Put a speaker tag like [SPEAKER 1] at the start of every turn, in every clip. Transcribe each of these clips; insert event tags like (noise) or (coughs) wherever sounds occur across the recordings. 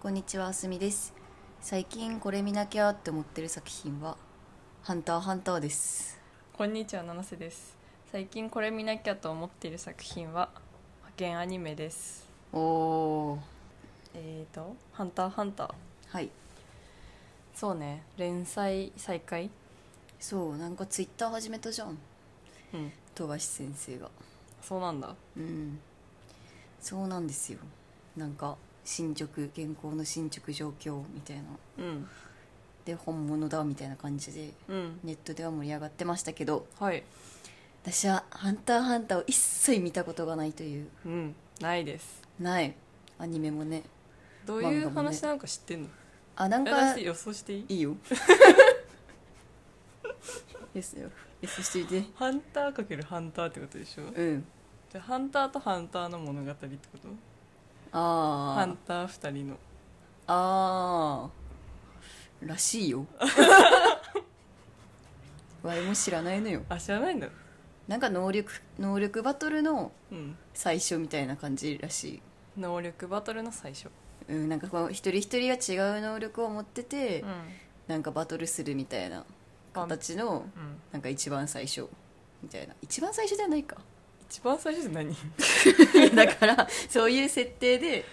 [SPEAKER 1] こんにちは、あすみです。最近これ見なきゃって思ってる作品は、ハンターハンターです。
[SPEAKER 2] こんにちは七瀬です最近これ見なきゃと思っている作品は派遣アニメです
[SPEAKER 1] おー、
[SPEAKER 2] えーと「ハンターハンター
[SPEAKER 1] はい。」
[SPEAKER 2] そうね連載再開
[SPEAKER 1] そう、なんかツイッター始めたじゃん。
[SPEAKER 2] うん
[SPEAKER 1] 富樫先生が。
[SPEAKER 2] そうなんだ
[SPEAKER 1] うん。そうなんですよ。なんか、進捗、現行の進捗状況みたいな。
[SPEAKER 2] うん
[SPEAKER 1] で、本物だみたいな感じで、
[SPEAKER 2] うん
[SPEAKER 1] ネットでは盛り上がってましたけど、
[SPEAKER 2] はい
[SPEAKER 1] 私はハンターハンターを一切見たことがないという、
[SPEAKER 2] うんないです
[SPEAKER 1] ない。アニメもね。
[SPEAKER 2] どういう
[SPEAKER 1] 漫画もね
[SPEAKER 2] 話なんか知ってんの
[SPEAKER 1] あ、なん
[SPEAKER 2] え
[SPEAKER 1] か、
[SPEAKER 2] 私予想していい
[SPEAKER 1] いいよ。ですよ。ですしてみて。
[SPEAKER 2] ハンターかけるハンターってことでしょ
[SPEAKER 1] うん。
[SPEAKER 2] でハンターとハンターの物語ってことハ
[SPEAKER 1] あ
[SPEAKER 2] ンター二人の
[SPEAKER 1] あ。ああ。らしいよ。わいも知らないのよ。
[SPEAKER 2] あ知らないんだ
[SPEAKER 1] なんか能力、能力バトルの
[SPEAKER 2] うん
[SPEAKER 1] 最初みたいな感じらしい。
[SPEAKER 2] 能力バトルの最初
[SPEAKER 1] うん、なんかこう一人一人が違う能力を持ってて、
[SPEAKER 2] うん
[SPEAKER 1] なんかバトルするみたいな形の、
[SPEAKER 2] うん
[SPEAKER 1] なんか一番最初みたいな。一番最初じゃないか。
[SPEAKER 2] 一番最初って何
[SPEAKER 1] だから、そういう設定で、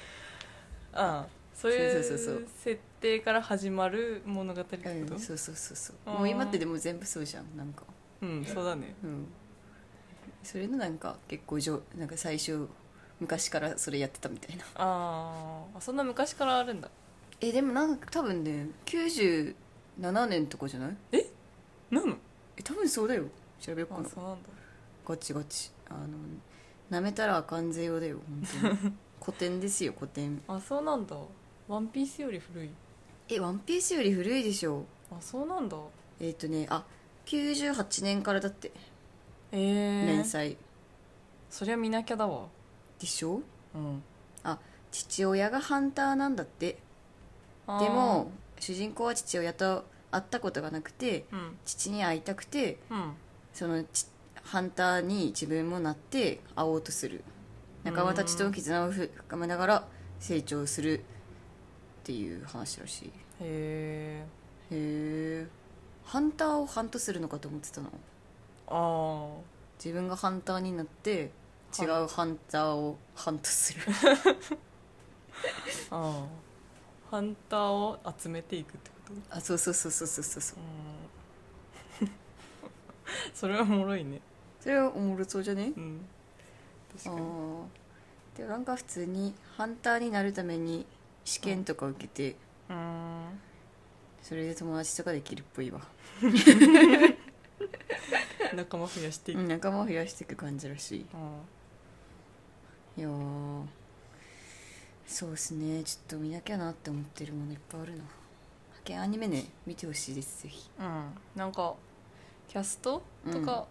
[SPEAKER 2] ああそうい
[SPEAKER 1] そうそうそうそう
[SPEAKER 2] う設定から始まる物語ってこ
[SPEAKER 1] うん、
[SPEAKER 2] と
[SPEAKER 1] そうそうそうそう
[SPEAKER 2] あー
[SPEAKER 1] もう今ってでも全部そうじゃんなんか
[SPEAKER 2] うんそうだね
[SPEAKER 1] うんそれのなんか結構上なんか最初昔からそれやってたみたいな
[SPEAKER 2] あーあそんな昔からあるんだ
[SPEAKER 1] (laughs) えでもなんか多分ね97年とかじゃない
[SPEAKER 2] なの
[SPEAKER 1] え多分そうだよ調べよっか
[SPEAKER 2] あ
[SPEAKER 1] な
[SPEAKER 2] そうなんだ
[SPEAKER 1] ガチガチあのなめたらあかんぜよだよ本 (laughs) 当に古典ですよ古典
[SPEAKER 2] あそうなんだワンピースより古い
[SPEAKER 1] えワンピースより古いでしょ
[SPEAKER 2] あそうなんだ
[SPEAKER 1] えっ、とねあ98年からだって
[SPEAKER 2] ええ
[SPEAKER 1] 連載
[SPEAKER 2] そりゃ見なきゃだわ
[SPEAKER 1] でしょ
[SPEAKER 2] うん
[SPEAKER 1] 父親がハンターなんだって
[SPEAKER 2] あー
[SPEAKER 1] でも主人公は父親と会ったことがなくて
[SPEAKER 2] うん
[SPEAKER 1] 父に会いたくて
[SPEAKER 2] うん
[SPEAKER 1] そのちハンターに自分もなって会おうとする仲間たちとの絆をふ深めながら成長するっていう話らしいへ
[SPEAKER 2] へ
[SPEAKER 1] え
[SPEAKER 2] え
[SPEAKER 1] ハンターをハントするのかと思ってたの
[SPEAKER 2] あー
[SPEAKER 1] 自分がハンターになって違うハンターをハントす
[SPEAKER 2] (laughs)
[SPEAKER 1] る
[SPEAKER 2] あーハンターを集めていくってことうん
[SPEAKER 1] あそうそうそうそうそうそうそう
[SPEAKER 2] (laughs) それはおもろいね
[SPEAKER 1] それはおもろそうじゃね
[SPEAKER 2] うん確
[SPEAKER 1] あ
[SPEAKER 2] かに
[SPEAKER 1] ーでもなんか普通にハンターになるために試験とか受けて、
[SPEAKER 2] うーん
[SPEAKER 1] それで友達とかできるっぽいわ、
[SPEAKER 2] 仲間増やしていく
[SPEAKER 1] うん、仲間を増やしていく感じらし
[SPEAKER 2] うん
[SPEAKER 1] いいやーそうですねちょっと見なきゃなって思ってるものいっぱいあるな派遣アニメね見てほしいですぜひ
[SPEAKER 2] うん、なんかキャストとか、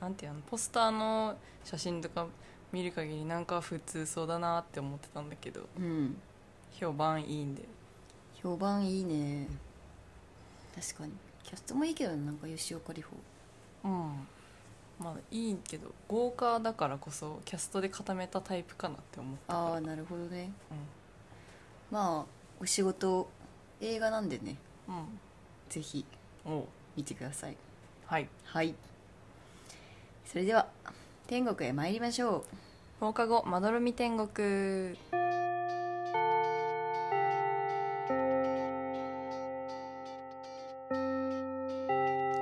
[SPEAKER 2] なんていうのポスターの写真とか見る限りなんか普通そうだなって思ってたんだけど
[SPEAKER 1] うん
[SPEAKER 2] 評判いいんで
[SPEAKER 1] 評判いいね確かにキャストもいいけどなんか吉岡里帆
[SPEAKER 2] うんまあいいけど豪華だからこそキャストで固めたタイプかなって思ったから
[SPEAKER 1] ああなるほどねまあお仕事映画なんでね
[SPEAKER 2] うん、
[SPEAKER 1] ぜひ
[SPEAKER 2] うん、おう
[SPEAKER 1] 見てください
[SPEAKER 2] はい
[SPEAKER 1] はいそれでは天国へ参りましょう
[SPEAKER 2] 放課後まどろみ天国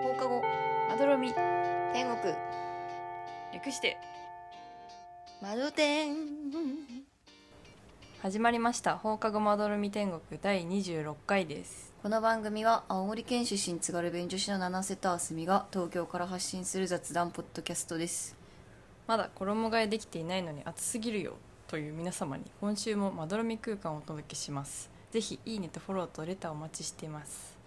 [SPEAKER 2] 放課後まどろみ
[SPEAKER 1] 天国
[SPEAKER 2] 略して
[SPEAKER 1] 窓天
[SPEAKER 2] 始まりました放課後まどろみ天国第26回です
[SPEAKER 1] この番組は青森県出身津軽弁女子の七瀬とあすみが東京から発信する雑談ポッドキャストです
[SPEAKER 2] まだ衣替えできていないのに暑すぎるよという皆様に今週もまどろみ空間をお届けしますぜひいいねとフォローとレターをお待ちしています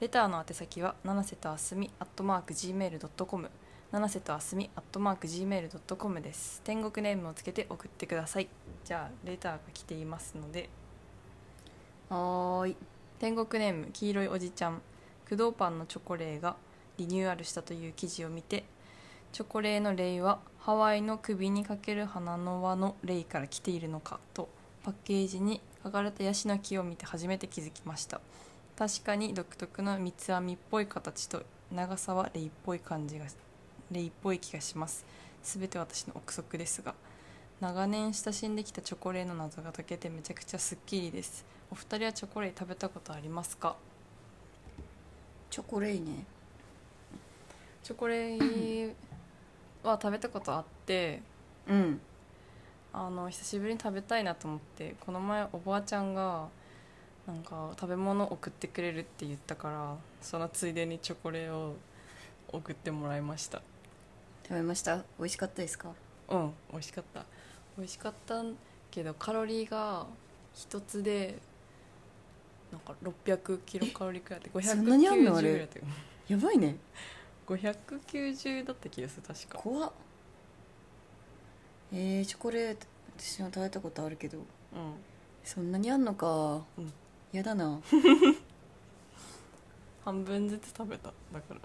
[SPEAKER 2] レターの宛先は七瀬とあすみ gmail.com 七瀬とあすみ gmail.com です天国ネームをつけて送ってくださいじゃあレターが来ていますので
[SPEAKER 1] はーい
[SPEAKER 2] 天国ネーム黄色いおじちゃん工藤パンのチョコレーがリニューアルしたという記事を見てチョコレーのレイはハワイの首にかける花の輪のレイから来ているのかとパッケージに書かれたヤシの木を見て初めて気づきました確かに独特の三つ編みっぽい形と長さはレイっぽい感じがレイっぽい気がしますすべて私の憶測ですが長年親しんできたチョコレーの謎が解けてめちゃくちゃスッキリですお二人はチョコレー食べたことありますか
[SPEAKER 1] チョコレイね
[SPEAKER 2] (coughs) チョコレーは食べたことあって
[SPEAKER 1] うん
[SPEAKER 2] あの久しぶりに食べたいなと思ってこの前おばあちゃんがなんか食べ物送ってくれるって言ったからそのついでにチョコレーを送ってもらいました
[SPEAKER 1] 食べました美味しかったですか
[SPEAKER 2] うん美味しかった美味しかったけどカロリーが一つでなんか600キロカロリーくらいあって
[SPEAKER 1] そんなにあんの
[SPEAKER 2] 590
[SPEAKER 1] あ
[SPEAKER 2] ぐ
[SPEAKER 1] れ
[SPEAKER 2] らいだったよ
[SPEAKER 1] やばいね
[SPEAKER 2] 590だった気がする確か
[SPEAKER 1] 怖っえー、チョコレート私も食べたことあるけど
[SPEAKER 2] うん
[SPEAKER 1] そんなにあんのか、
[SPEAKER 2] うん
[SPEAKER 1] やだな
[SPEAKER 2] 半分ずつ食べただから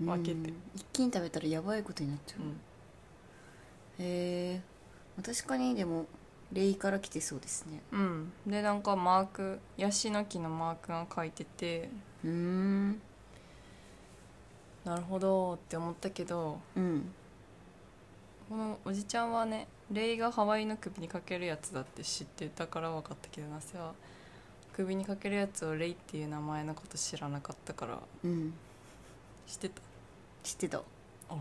[SPEAKER 2] 分けて
[SPEAKER 1] うん一気に食べたらやばいことになっちゃう、
[SPEAKER 2] うん
[SPEAKER 1] えー、確かにでもレイから来てそうですね
[SPEAKER 2] うん、でなんかマークヤシの木のマークが書いてて
[SPEAKER 1] うーん
[SPEAKER 2] なるほどって思ったけど
[SPEAKER 1] うん
[SPEAKER 2] このおじちゃんはねレイがハワイの首にかけるやつだって知ってたから分かったけどなせは首にかけるやつをレイっていう名前のこと知らなかったから
[SPEAKER 1] うん
[SPEAKER 2] 知ってた
[SPEAKER 1] 知ってた
[SPEAKER 2] あ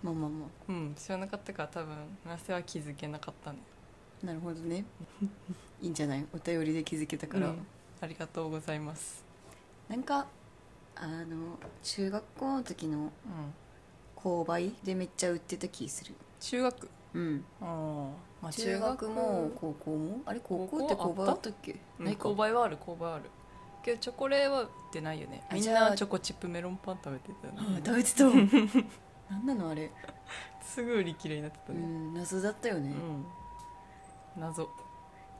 [SPEAKER 1] まあまあま
[SPEAKER 2] うん知らなかったから多分なせは気づけなかったね
[SPEAKER 1] あなるほどねいいんじゃないお便りで気づけたから、
[SPEAKER 2] うんありがとうございます
[SPEAKER 1] なんかあの中学校の時の
[SPEAKER 2] うん
[SPEAKER 1] 購買でめっちゃ売ってた気する
[SPEAKER 2] 中学
[SPEAKER 1] うん
[SPEAKER 2] あー、まあ、
[SPEAKER 1] 中学も高校もあれ高校って
[SPEAKER 2] 高
[SPEAKER 1] 購
[SPEAKER 2] 校
[SPEAKER 1] 買
[SPEAKER 2] あ
[SPEAKER 1] だ
[SPEAKER 2] っ
[SPEAKER 1] ったたっけ
[SPEAKER 2] うん
[SPEAKER 1] ないか
[SPEAKER 2] 購買はある購買はあるけどチョコレーは売ってないよね
[SPEAKER 1] あ
[SPEAKER 2] みん
[SPEAKER 1] じゃ
[SPEAKER 2] な
[SPEAKER 1] あ
[SPEAKER 2] チョコチップメロンパン食べてたよ
[SPEAKER 1] あ
[SPEAKER 2] ね
[SPEAKER 1] 食べてたもん (laughs) なんなのあれ
[SPEAKER 2] すぐ売り切れになってた
[SPEAKER 1] う
[SPEAKER 2] ね
[SPEAKER 1] ん謎だったよ
[SPEAKER 2] う
[SPEAKER 1] ね、
[SPEAKER 2] ん謎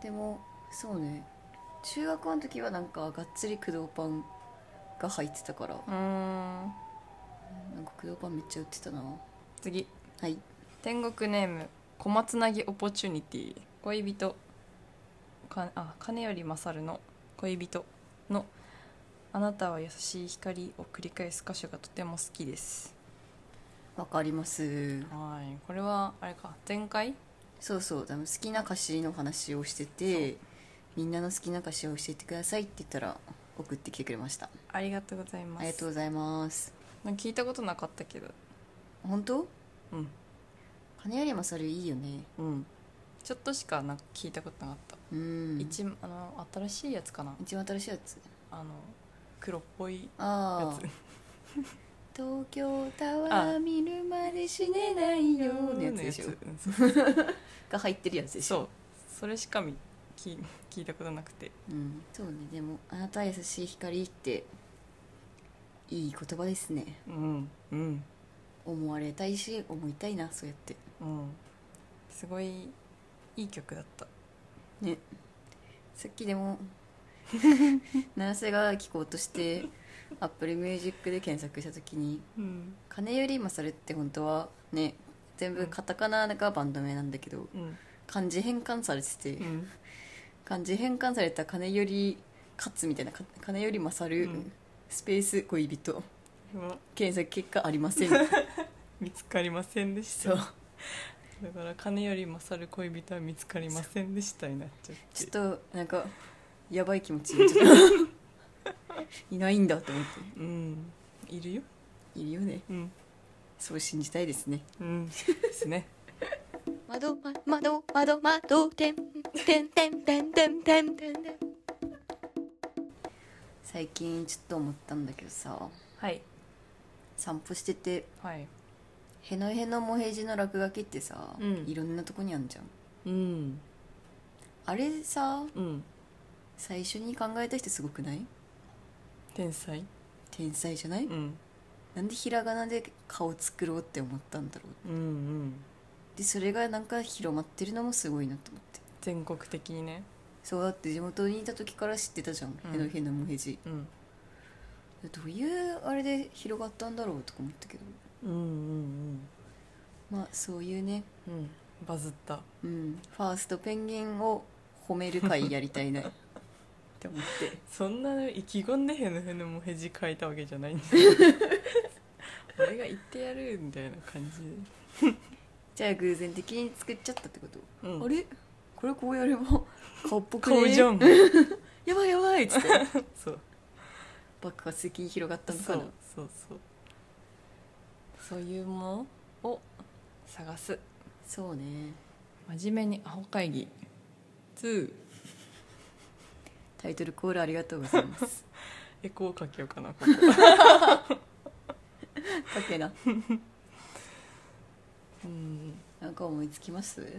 [SPEAKER 1] でもそうね中学校の時はなんかがっつり工藤パンが入ってたから
[SPEAKER 2] うん
[SPEAKER 1] なんか工藤パンめっちゃ売ってたな
[SPEAKER 2] 次
[SPEAKER 1] はい
[SPEAKER 2] 天国ネーム小松なぎオポチュニティ恋人かあ金より勝るの恋人のあなたは優しい光を繰り返す箇所がとても好きです
[SPEAKER 1] わかります
[SPEAKER 2] はいこれはあれか前回
[SPEAKER 1] そうそう多分好きな歌詞の話をしててみんなの好きな歌詞を教えてくださいって言ったら送ってきてくれました
[SPEAKER 2] ありがとうございます
[SPEAKER 1] ありがとうございます
[SPEAKER 2] なんか聞いたことなかったけど
[SPEAKER 1] 本当
[SPEAKER 2] うん
[SPEAKER 1] 金有勝いいよね
[SPEAKER 2] うん、ちょっとしかなんか聞いたことなかった、
[SPEAKER 1] うん
[SPEAKER 2] 一あの新しいやつかな
[SPEAKER 1] 一番新しいやつ
[SPEAKER 2] あの黒っぽいや
[SPEAKER 1] ああ
[SPEAKER 2] つ
[SPEAKER 1] 東京タワー見るまで死ねないよのやつでしょ
[SPEAKER 2] うんそう
[SPEAKER 1] が入ってるやつでしょ
[SPEAKER 2] そうそれしかみ聞聞いたことなくて
[SPEAKER 1] うん、そうねでも「あなたは優しい光」っていい言葉ですね
[SPEAKER 2] うんうん
[SPEAKER 1] 思われたいし思いたいなそうやって
[SPEAKER 2] うんすごいいい曲だった
[SPEAKER 1] ねさっきでも (laughs) 七瀬が聞こうとしてアップルミュージックで検索した時に
[SPEAKER 2] うん
[SPEAKER 1] 「金より勝る」って本当はね全部カタカナがバンド名なんだけど
[SPEAKER 2] うん
[SPEAKER 1] 漢字変換されてて、
[SPEAKER 2] うん
[SPEAKER 1] 漢字変換された金より勝つみたいなか金より勝る、
[SPEAKER 2] うん
[SPEAKER 1] スペース恋人検索結果ありま (laughs) せん
[SPEAKER 2] 見つかりませんでした
[SPEAKER 1] そう
[SPEAKER 2] だから金より勝る恋人は見つかりませんでしたになっちゃって
[SPEAKER 1] ちょっとなんかやばい気持ちにちょっと (laughs) いないんだと思っ
[SPEAKER 2] うんいるよ
[SPEAKER 1] ているよね
[SPEAKER 2] うん
[SPEAKER 1] そう信じたいですね
[SPEAKER 2] うんですね
[SPEAKER 3] 窓ま窓窓窓てんてんてんてんてんてんてんてん
[SPEAKER 1] 最近ちょっと思ったんだけどさ
[SPEAKER 2] (laughs) はい
[SPEAKER 1] 散歩してて
[SPEAKER 2] はい
[SPEAKER 1] へのへのもへじの落書きってさ、
[SPEAKER 2] うん
[SPEAKER 1] いろんなとこにあんじゃん
[SPEAKER 2] うん
[SPEAKER 1] あれさ
[SPEAKER 2] うん
[SPEAKER 1] 最初に考えた人すごくない
[SPEAKER 2] 天才
[SPEAKER 1] 天才じゃない、
[SPEAKER 2] うん
[SPEAKER 1] なんでひらがなで顔作ろうって思ったんだろう
[SPEAKER 2] うんうん
[SPEAKER 1] でそれがなんか広まってるのもすごいなと思って
[SPEAKER 2] 全国的にね
[SPEAKER 1] そうだって地元にいた時から知ってたじゃん、
[SPEAKER 2] うん
[SPEAKER 1] へのへのもへじ
[SPEAKER 2] うん
[SPEAKER 1] どういうあれで広がったんだろうとか思ったけど
[SPEAKER 2] うんうん
[SPEAKER 1] まあそういうね
[SPEAKER 2] うんうんバズった
[SPEAKER 1] うん、ファーストペンギンを褒める会やりたいなって思って
[SPEAKER 2] そんな意気込んでへんのへんのもへじ書いたわけじゃないんです (laughs) 俺が言ってやるみたいな感じ
[SPEAKER 1] じゃあ偶然的に作っちゃったってこと、
[SPEAKER 2] で、うん、
[SPEAKER 1] あれこれこうやれば顔っぽくね
[SPEAKER 2] 顔じゃん
[SPEAKER 1] やばいやばいっ
[SPEAKER 2] (laughs)
[SPEAKER 1] つって
[SPEAKER 2] そう
[SPEAKER 1] 爆発的に広がったの
[SPEAKER 2] そ
[SPEAKER 1] か
[SPEAKER 2] う
[SPEAKER 1] な
[SPEAKER 2] そうそうそういうものを探す
[SPEAKER 1] そうね
[SPEAKER 2] 真面目にアホ会議2
[SPEAKER 1] タイトルコールありがとうございます
[SPEAKER 2] (laughs) エコーかけようかなここ
[SPEAKER 1] かけな
[SPEAKER 2] うん
[SPEAKER 1] なんか思いつきます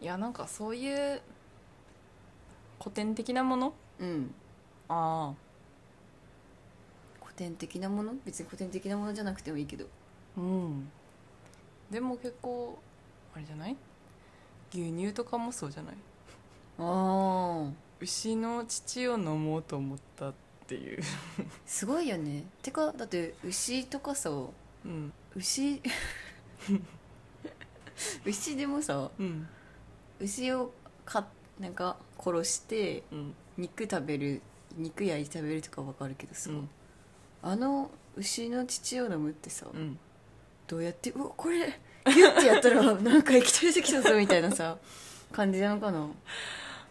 [SPEAKER 2] いやなんかそういう古典的なもの
[SPEAKER 1] うん
[SPEAKER 2] ああ
[SPEAKER 1] 古典的なもの別に古典的なものじゃなくてもいいけど
[SPEAKER 2] うんでも結構あれじゃない牛乳とかもそうじゃない
[SPEAKER 1] ああ
[SPEAKER 2] 牛の乳を飲もうと思ったっていう (laughs)
[SPEAKER 1] すごいよねてかだって牛とかさ
[SPEAKER 2] うん
[SPEAKER 1] 牛 (laughs) 牛でもさ
[SPEAKER 2] うん
[SPEAKER 1] 牛をかなんか殺して
[SPEAKER 2] うん
[SPEAKER 1] 肉食べる肉焼いて食べるとかわかるけどさ、
[SPEAKER 2] うん
[SPEAKER 1] あの牛の乳を飲むってさ、
[SPEAKER 2] うん
[SPEAKER 1] どうやってうわこれギュッてやったらなんか液体出てきたぞみたいなさ感じなのかな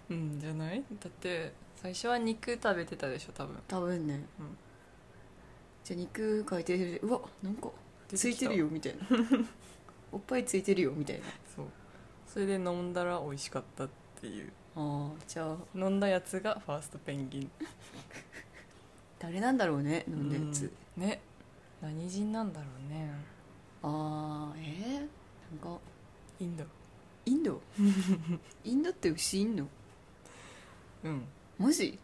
[SPEAKER 2] うんじゃないだって最初は肉食べてたでしょ多分
[SPEAKER 1] 多分ね、
[SPEAKER 2] うん
[SPEAKER 1] じゃあ肉かいてるうわなんか
[SPEAKER 2] 出
[SPEAKER 1] つい
[SPEAKER 2] きた
[SPEAKER 1] てるよみたいな (laughs) おっぱいついてるよみたいな
[SPEAKER 2] そうそれで飲んだら美味しかったっていう
[SPEAKER 1] あーじゃあ
[SPEAKER 2] 飲んだやつがファーストペンギン
[SPEAKER 1] 誰なんだろうね飲んだやつ、
[SPEAKER 2] うんね何人なんだろうね
[SPEAKER 1] ああえー、なんか
[SPEAKER 2] インド
[SPEAKER 1] イン
[SPEAKER 2] (laughs)
[SPEAKER 1] ドインドって牛いんの
[SPEAKER 2] うん
[SPEAKER 1] マジ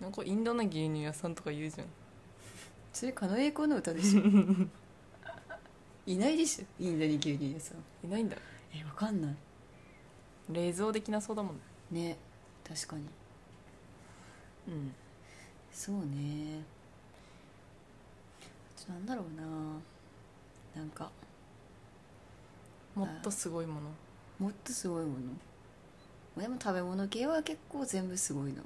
[SPEAKER 2] なんかインドの牛乳屋さんとか言うじゃん
[SPEAKER 1] それ狩野英孝の歌で
[SPEAKER 2] (laughs)
[SPEAKER 1] しょいないでしょインドに牛乳屋さん
[SPEAKER 2] いないんだ
[SPEAKER 1] えわかんない
[SPEAKER 2] 冷蔵できなそうだもんね
[SPEAKER 1] ね確かに
[SPEAKER 2] うん
[SPEAKER 1] そうねあとなんだろうななんか
[SPEAKER 2] もっとすごいもの
[SPEAKER 1] もっとすごいものでも食べ物系は結構全部すごいな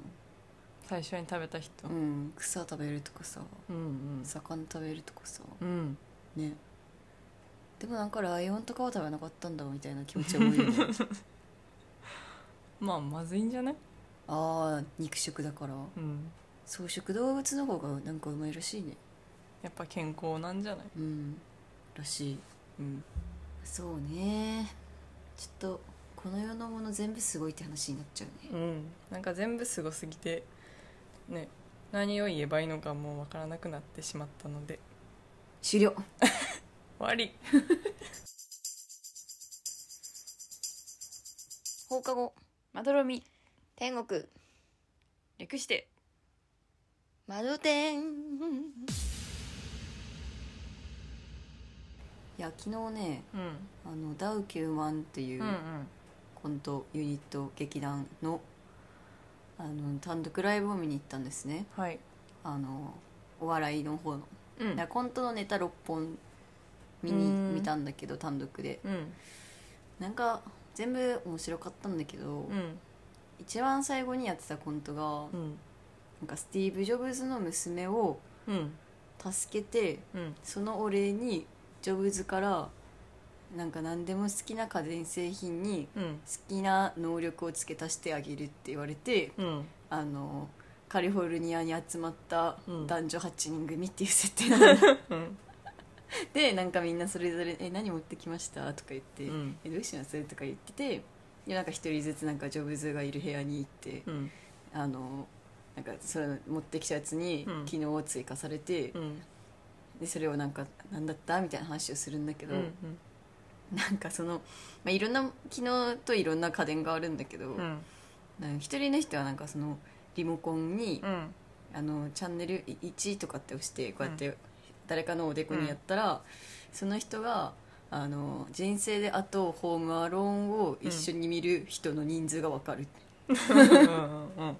[SPEAKER 2] 最初に食べた人
[SPEAKER 1] うん草食べるとかさ
[SPEAKER 2] うんうん
[SPEAKER 1] 魚食べるとかさ
[SPEAKER 2] うん
[SPEAKER 1] ねでもなんかライオンとかは食べなかったんだみたいな気持ちは多いよね
[SPEAKER 2] まあまずいんじゃない
[SPEAKER 1] ああ肉食だから
[SPEAKER 2] うん
[SPEAKER 1] 草食動物の方がなんかうまいらしいね
[SPEAKER 2] やっぱ健康なんじゃない
[SPEAKER 1] うんらしい
[SPEAKER 2] うん
[SPEAKER 1] そうねちょっとこの世のもの全部すごいって話になっちゃうね
[SPEAKER 2] うんなんか全部すごすぎてね何を言えばいいのかもうわからなくなってしまったので
[SPEAKER 1] 終了
[SPEAKER 2] 終わり
[SPEAKER 3] 放課後
[SPEAKER 2] まどろみ
[SPEAKER 3] 天国
[SPEAKER 2] 略して
[SPEAKER 3] 窓天
[SPEAKER 1] いや昨日ね
[SPEAKER 2] うん
[SPEAKER 1] あのダウ9万っていううん
[SPEAKER 2] うん
[SPEAKER 1] コントユニット劇団のあの単独ライブを見に行ったんですね
[SPEAKER 2] はい
[SPEAKER 1] あのお笑いの方の
[SPEAKER 2] う
[SPEAKER 1] だからコントのネタ6本見に
[SPEAKER 2] うん
[SPEAKER 1] 見たんだけど単独で
[SPEAKER 2] うん
[SPEAKER 1] なんか全部面白かったんだけど、
[SPEAKER 2] うん
[SPEAKER 1] 一番最後にやってたコントが、
[SPEAKER 2] うん
[SPEAKER 1] なんかスティーブ・ジョブズの娘を
[SPEAKER 2] うん
[SPEAKER 1] 助けて
[SPEAKER 2] うん
[SPEAKER 1] そのお礼にジョブズからなんか何でも好きな家電製品に
[SPEAKER 2] うん
[SPEAKER 1] 好きな能力を付け足してあげるって言われて
[SPEAKER 2] うん
[SPEAKER 1] あのカリフォルニアに集まった
[SPEAKER 2] うん
[SPEAKER 1] 男女8人組っていう設定な
[SPEAKER 2] (laughs)
[SPEAKER 1] の、
[SPEAKER 2] うん
[SPEAKER 1] でなんかみんなそれぞれ「え何持ってきました?」とか言って「
[SPEAKER 2] うん
[SPEAKER 1] えどうします?」とか言っててでなんか一人ずつなんかジョブズがいる部屋に行って、
[SPEAKER 2] うん
[SPEAKER 1] あのなんかその持ってきたやつに
[SPEAKER 2] うん
[SPEAKER 1] 機能を追加されて、
[SPEAKER 2] うん
[SPEAKER 1] でそれをなんか「何だった?」みたいな話をするんだけど、
[SPEAKER 2] うん
[SPEAKER 1] なんかその、まあ、いろんな機能といろんな家電があるんだけど、
[SPEAKER 2] うん
[SPEAKER 1] なんか一人の人はなんかそのリモコンに、
[SPEAKER 2] うん
[SPEAKER 1] あのチャンネル1とかって押してこうやって誰かのおでこにやったら、その人があの人生であとホームアローンを一緒に見る人の人数が分かる、
[SPEAKER 2] うん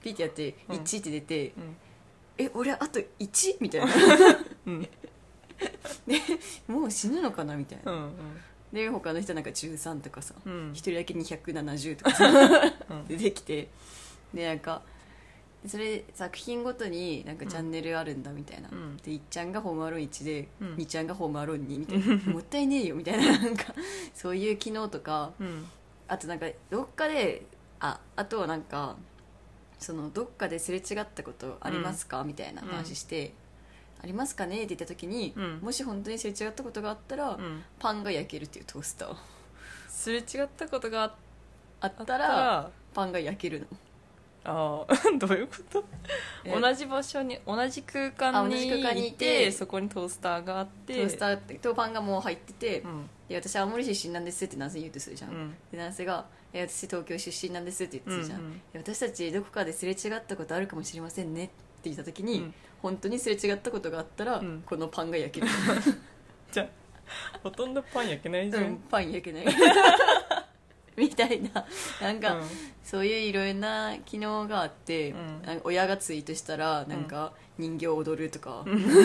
[SPEAKER 1] ピッてやって
[SPEAKER 2] うん
[SPEAKER 1] 1って出て「
[SPEAKER 2] うん
[SPEAKER 1] え俺あと 1?」みたいな
[SPEAKER 2] (laughs) うん
[SPEAKER 1] もう死ぬのかなみたいな
[SPEAKER 2] うん
[SPEAKER 1] で他の人なんか13とかさ
[SPEAKER 2] うん
[SPEAKER 1] 一人だけ270とかさ
[SPEAKER 2] うん
[SPEAKER 1] 出てきてでなんかそれ作品ごとになんかチャンネルあるんだみたいな、
[SPEAKER 2] うん
[SPEAKER 1] で1ちゃんが「ホームアローン1」で、
[SPEAKER 2] うん
[SPEAKER 1] 2ちゃんが「ホームアローン2」みたい
[SPEAKER 2] (laughs)
[SPEAKER 1] なもったいねえよみたいな (laughs) なんかそういう機能とか
[SPEAKER 2] うん
[SPEAKER 1] あとなんかどっかでああとはなんかそのどっかですれ違ったことありますか、みたいな話して、ありますかねって言った時に、
[SPEAKER 2] うん
[SPEAKER 1] もし本当にすれ違ったことがあったら、
[SPEAKER 2] うん
[SPEAKER 1] パンが焼けるっていうトースター
[SPEAKER 2] すれ違ったことがあっ
[SPEAKER 1] あった
[SPEAKER 2] た
[SPEAKER 1] ら
[SPEAKER 2] ら
[SPEAKER 1] パンが焼けるの
[SPEAKER 2] あーどういうこと
[SPEAKER 1] え
[SPEAKER 2] 同じ場所に同じ空間に
[SPEAKER 1] あ同じ空間に
[SPEAKER 2] い
[SPEAKER 1] い
[SPEAKER 2] て
[SPEAKER 1] て
[SPEAKER 2] そこにトースターがあっ
[SPEAKER 1] ト
[SPEAKER 2] て
[SPEAKER 1] ースターってとパンがもう入ってて、
[SPEAKER 2] うん
[SPEAKER 1] で私青森出身なんですって男性に言うとするじゃん、
[SPEAKER 2] うん
[SPEAKER 1] で男性が「え私東京出身なんです」って言ってするじゃん、
[SPEAKER 2] うんうん
[SPEAKER 1] で私たちどこかですれ違ったことあるかもしれませんねって言った時に、
[SPEAKER 2] うん
[SPEAKER 1] 本当にすれ違ったことがあったら、
[SPEAKER 2] うん
[SPEAKER 1] このパンが焼ける、
[SPEAKER 2] (laughs) じゃあほとんどパン焼けないじ
[SPEAKER 1] う
[SPEAKER 2] ゃん、
[SPEAKER 1] ん、パン焼けない (laughs) みたいななんか、
[SPEAKER 2] うん
[SPEAKER 1] そういういろいろな機能があって、
[SPEAKER 2] うん
[SPEAKER 1] なんか親がツイートしたらなんか人形踊るとか、 (laughs)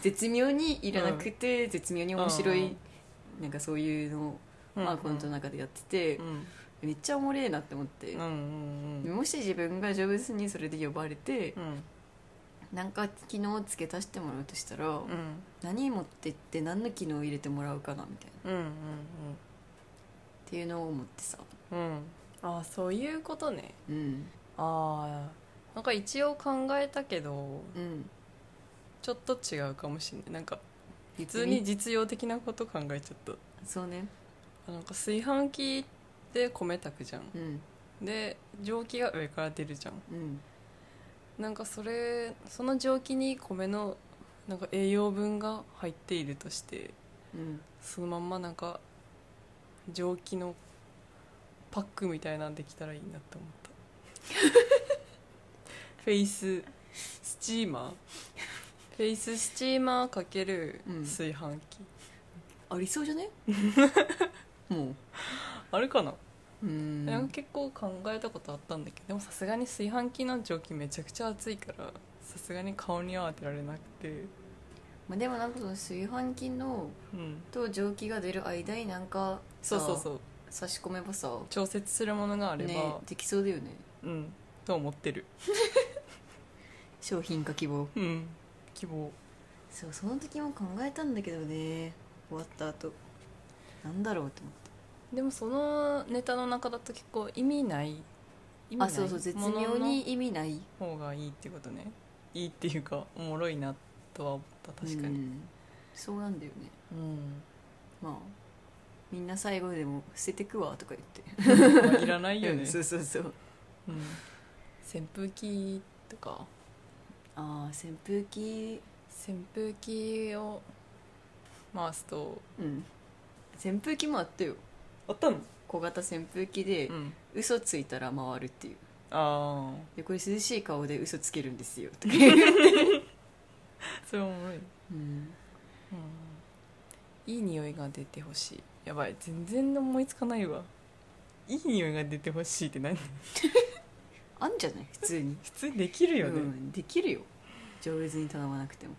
[SPEAKER 1] 絶妙にいらなくて、絶妙に面白い、なんかそういうのを、
[SPEAKER 2] うん
[SPEAKER 1] まあ、コントの中でやってて、
[SPEAKER 2] うん
[SPEAKER 1] めっちゃおもれえなって思って、
[SPEAKER 2] うんうんうん
[SPEAKER 1] もし自分がジョブズにそれで呼ばれて、
[SPEAKER 2] うん
[SPEAKER 1] なんか機能付け足してもらうとしたら、
[SPEAKER 2] うん
[SPEAKER 1] 何持ってって何の機能を入れてもらうかなみたいなっ
[SPEAKER 2] うん
[SPEAKER 1] ていうのを思ってさ、
[SPEAKER 2] うんうんああそういうことね
[SPEAKER 1] うん
[SPEAKER 2] ああんか一応考えたけど
[SPEAKER 1] うん、
[SPEAKER 2] ちょっと違うかもしれないなんか
[SPEAKER 1] 普
[SPEAKER 2] 普通に実用的なこと考えちゃっ
[SPEAKER 1] そうね、
[SPEAKER 2] たなんか炊飯器で米炊くじゃん
[SPEAKER 1] うん
[SPEAKER 2] で蒸気が上から出るじゃん
[SPEAKER 1] うん、
[SPEAKER 2] なんかそれその蒸気に米のなんか栄養分が入っているとして
[SPEAKER 1] うん
[SPEAKER 2] そのまんまなんか蒸気のパックみたいなんできたらいいなと思った (laughs) フェイススチーマーフェイススチーマーかける
[SPEAKER 1] うん
[SPEAKER 2] 炊飯器、
[SPEAKER 1] ありそうじゃ
[SPEAKER 2] (laughs)
[SPEAKER 1] ねも
[SPEAKER 2] あるかな、
[SPEAKER 1] ううん
[SPEAKER 2] なんか結構考えたことあったんだけどでもさすがに炊飯器の蒸気めちゃくちゃ熱いからさすがに顔には当てられなくて
[SPEAKER 1] まあ、でもなんかその炊飯器の
[SPEAKER 2] うん
[SPEAKER 1] と蒸気が出る間になんか
[SPEAKER 2] そうそう
[SPEAKER 1] う
[SPEAKER 2] そう
[SPEAKER 1] 差し込めばさ
[SPEAKER 2] 調節するものがあれば、
[SPEAKER 1] ねできそうだよね
[SPEAKER 2] うんと思ってる
[SPEAKER 1] 商品化希望
[SPEAKER 2] うん希望
[SPEAKER 1] そうその時も考えたんだけどね終わった後なんだろうと思っ
[SPEAKER 2] でもそのネタの中だと結構意味ない意
[SPEAKER 1] た
[SPEAKER 2] 味ない
[SPEAKER 1] あそうそう絶
[SPEAKER 2] もの
[SPEAKER 1] 妙
[SPEAKER 2] の
[SPEAKER 1] に意味ない
[SPEAKER 2] 方がいいってことねいいっていうかおもろいなとは思った確か
[SPEAKER 1] う
[SPEAKER 2] に
[SPEAKER 1] んそうなんだよね
[SPEAKER 2] うん、
[SPEAKER 1] まあみんな最後でも「捨ててくわ」とか言って
[SPEAKER 2] まあいらないよ
[SPEAKER 1] う
[SPEAKER 2] ね、
[SPEAKER 1] ん (laughs) そうそうそう
[SPEAKER 2] うん扇風機とか
[SPEAKER 1] ああ扇風機
[SPEAKER 2] 扇風機を回すと
[SPEAKER 1] うん扇風機もあったよ
[SPEAKER 2] あったの
[SPEAKER 1] 小型扇風機で
[SPEAKER 2] うん
[SPEAKER 1] 嘘ついたら回るっていう
[SPEAKER 2] あ
[SPEAKER 1] でこれ涼しい顔で嘘つけるん
[SPEAKER 2] (laughs)
[SPEAKER 1] ですよとか言う、
[SPEAKER 2] あそれおもろい、うん、
[SPEAKER 1] うん、
[SPEAKER 2] いい匂いが出てほしいやばい全然思いつかないわいい匂いが出てほしいって何 (laughs)
[SPEAKER 1] あんじゃない普通に、
[SPEAKER 2] 普通にできる
[SPEAKER 1] う
[SPEAKER 2] よね、
[SPEAKER 1] ん、できるよ上手に頼まなくても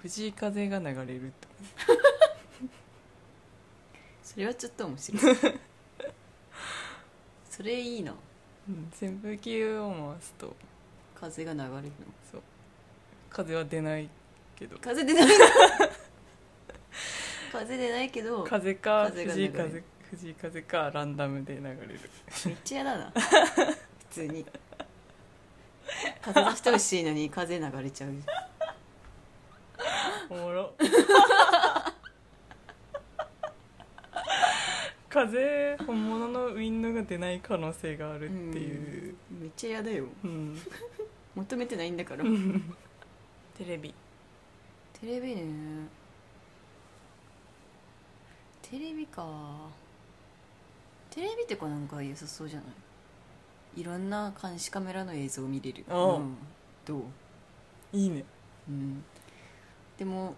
[SPEAKER 2] 藤井風が流れると
[SPEAKER 1] それはちょっと面
[SPEAKER 2] (laughs)
[SPEAKER 1] 白いそれいいな
[SPEAKER 2] 扇風機を回すと
[SPEAKER 1] 風が流れるの
[SPEAKER 2] 風は出ないけど
[SPEAKER 1] 風
[SPEAKER 2] (laughs)
[SPEAKER 1] 出ない風出ないけど
[SPEAKER 2] 風か
[SPEAKER 1] 風が
[SPEAKER 2] 藤
[SPEAKER 1] 流
[SPEAKER 2] 井
[SPEAKER 1] れる
[SPEAKER 2] 風藤井風かランダムで流れる
[SPEAKER 1] めっちゃ嫌だ
[SPEAKER 2] (laughs)
[SPEAKER 1] な普通に風出してほしいのに風流れちゃう
[SPEAKER 2] おもろ (laughs) 風本物のウィンドウが出ない可能性があるっていう、
[SPEAKER 1] めっちゃ嫌だよ
[SPEAKER 2] うん
[SPEAKER 1] 求めてないんだから
[SPEAKER 2] テレビ
[SPEAKER 1] テレビねテレビかテレビってかなんか良さそうじゃないいろんな監視カメラの映像を見れる、
[SPEAKER 2] おう
[SPEAKER 1] うんどう、
[SPEAKER 2] いいね
[SPEAKER 1] うん、でも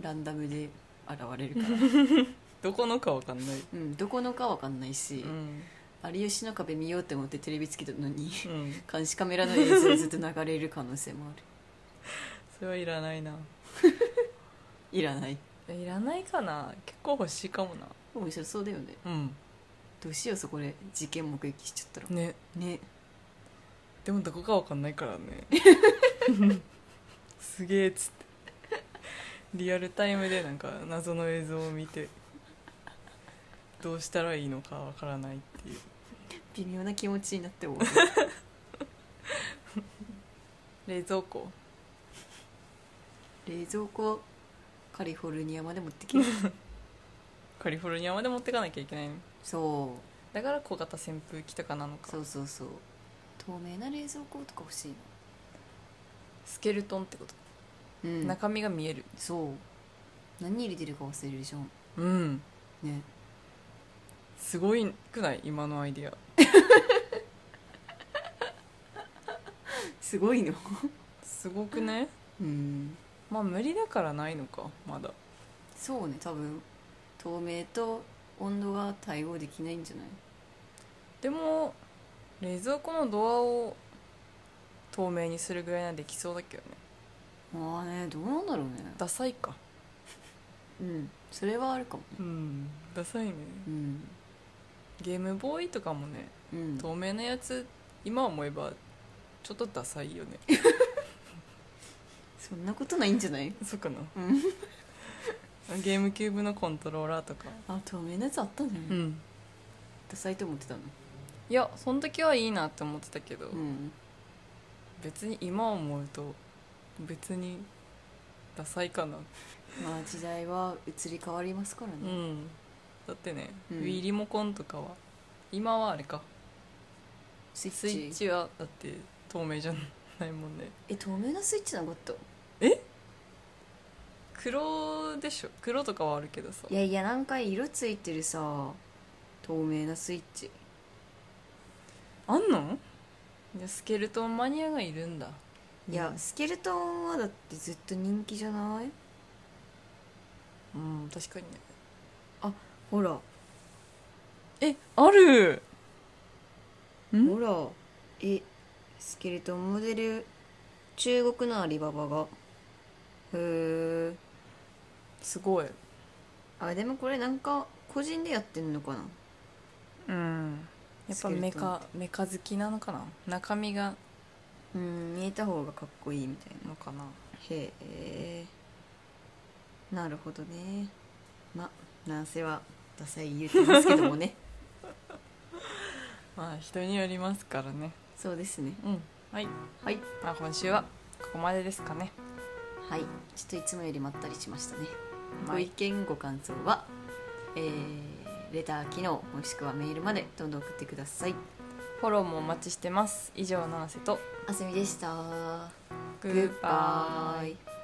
[SPEAKER 1] ランダムで現れるから、
[SPEAKER 2] どこのかわかんない、
[SPEAKER 1] うん、どこのかわかんないし
[SPEAKER 2] う、ん
[SPEAKER 1] 有吉の壁見ようって思ってテレビつけたのに
[SPEAKER 2] うん、
[SPEAKER 1] 監視カメラの映像ずっと流れる可能性もある
[SPEAKER 2] それはいらないない
[SPEAKER 1] らない
[SPEAKER 2] えいらないかな結構欲しいかもな
[SPEAKER 1] 面白そうだよね
[SPEAKER 2] うん
[SPEAKER 1] どうしようそこで事件目撃しちゃったら
[SPEAKER 2] ね
[SPEAKER 1] ね
[SPEAKER 2] でもどこかわかんないからね (laughs) すげえっつってリアルタイムでなんか謎の映像を見てどうしたらいいのかわからないっていう
[SPEAKER 1] 微妙な気持ちになって (laughs) 終わる
[SPEAKER 2] 冷蔵庫
[SPEAKER 1] 冷蔵庫カリフォルニアまで持ってきて
[SPEAKER 2] カリフォルニアまで持ってかなきゃいけないの
[SPEAKER 1] そ
[SPEAKER 2] だから小型扇風機とかなの
[SPEAKER 1] う
[SPEAKER 2] か
[SPEAKER 1] そうそうそう透明な冷蔵庫とか欲しい
[SPEAKER 2] スケルトンってこと、
[SPEAKER 1] なうん
[SPEAKER 2] 中身が見える
[SPEAKER 1] そう何入れてるか忘れるじゃん
[SPEAKER 2] うん
[SPEAKER 1] ね
[SPEAKER 2] すごいくない今のアイディア
[SPEAKER 1] すごいの
[SPEAKER 2] すごくね
[SPEAKER 1] うん
[SPEAKER 2] まあ無理だからないのかまだ
[SPEAKER 1] そうね多分透明と温度が対応できないんじゃない
[SPEAKER 2] でも冷蔵庫のドアを透明にするぐらいならできそうだけどね
[SPEAKER 1] まあねどうなんだろうね
[SPEAKER 2] ダサいか
[SPEAKER 1] うんそれはあるかもね
[SPEAKER 2] うんダサいね
[SPEAKER 1] うん
[SPEAKER 2] ゲームボーイとかもね
[SPEAKER 1] うん
[SPEAKER 2] 透明なやつ今思えばちょっとダサ
[SPEAKER 1] (laughs)
[SPEAKER 2] いよね
[SPEAKER 1] そんなことないんじゃない
[SPEAKER 2] そうかな
[SPEAKER 1] うん
[SPEAKER 2] (laughs) ゲームキューブのコントローラーとか
[SPEAKER 1] あ透明なやつあったんじゃない、
[SPEAKER 2] ん
[SPEAKER 1] ダサいと思ってたの
[SPEAKER 2] いやその時はいいなって思ってたけど、
[SPEAKER 1] うん
[SPEAKER 2] 別に今思うと別にダサいかな
[SPEAKER 1] まあ時代は移り変わりますから
[SPEAKER 2] う
[SPEAKER 1] ね、
[SPEAKER 2] んだってね、
[SPEAKER 1] うん
[SPEAKER 2] ウィリモコンとかは今はあれか
[SPEAKER 1] スイ
[SPEAKER 2] スイ
[SPEAKER 1] ッ
[SPEAKER 2] ッ
[SPEAKER 1] チ
[SPEAKER 2] チはだって透明じゃないもんね
[SPEAKER 1] え透明なスイッチなかった
[SPEAKER 2] 黒でしょ黒とかはあるけどさ
[SPEAKER 1] いやいやなんか色ついてるさ透明なスイッチ
[SPEAKER 2] あんのいやスケルトンマニアがいるんだ
[SPEAKER 1] いや、スケルトンはだってずっと人気じゃない
[SPEAKER 2] うん、確かにね
[SPEAKER 1] ほら
[SPEAKER 2] えあるん
[SPEAKER 1] ほらえスケルトンモデル中国のアリババがへえ
[SPEAKER 2] すごい
[SPEAKER 1] あでもこれなんか個人でやってんのかな
[SPEAKER 2] うんやっぱメカメカ好きなのかな中身が
[SPEAKER 1] うん見えた方がかっこいいみたいな
[SPEAKER 2] のかな
[SPEAKER 1] へえなるほどねまなんせはダサい言うてますけども
[SPEAKER 2] (laughs)
[SPEAKER 1] ね
[SPEAKER 2] まあ人によりますからね
[SPEAKER 1] そうですね
[SPEAKER 2] うんはい、
[SPEAKER 1] はい
[SPEAKER 2] まあ、今週はここまでですかね
[SPEAKER 1] はいちょっといつもよりまったりしましたね
[SPEAKER 2] は
[SPEAKER 1] ご
[SPEAKER 2] い
[SPEAKER 1] 意見ご感想は、えーレター機能もしくはメールまでどんどん送ってください
[SPEAKER 2] フォローもお待ちしてます以上七瀬と
[SPEAKER 1] あすみでした
[SPEAKER 2] グッバイ
[SPEAKER 1] イ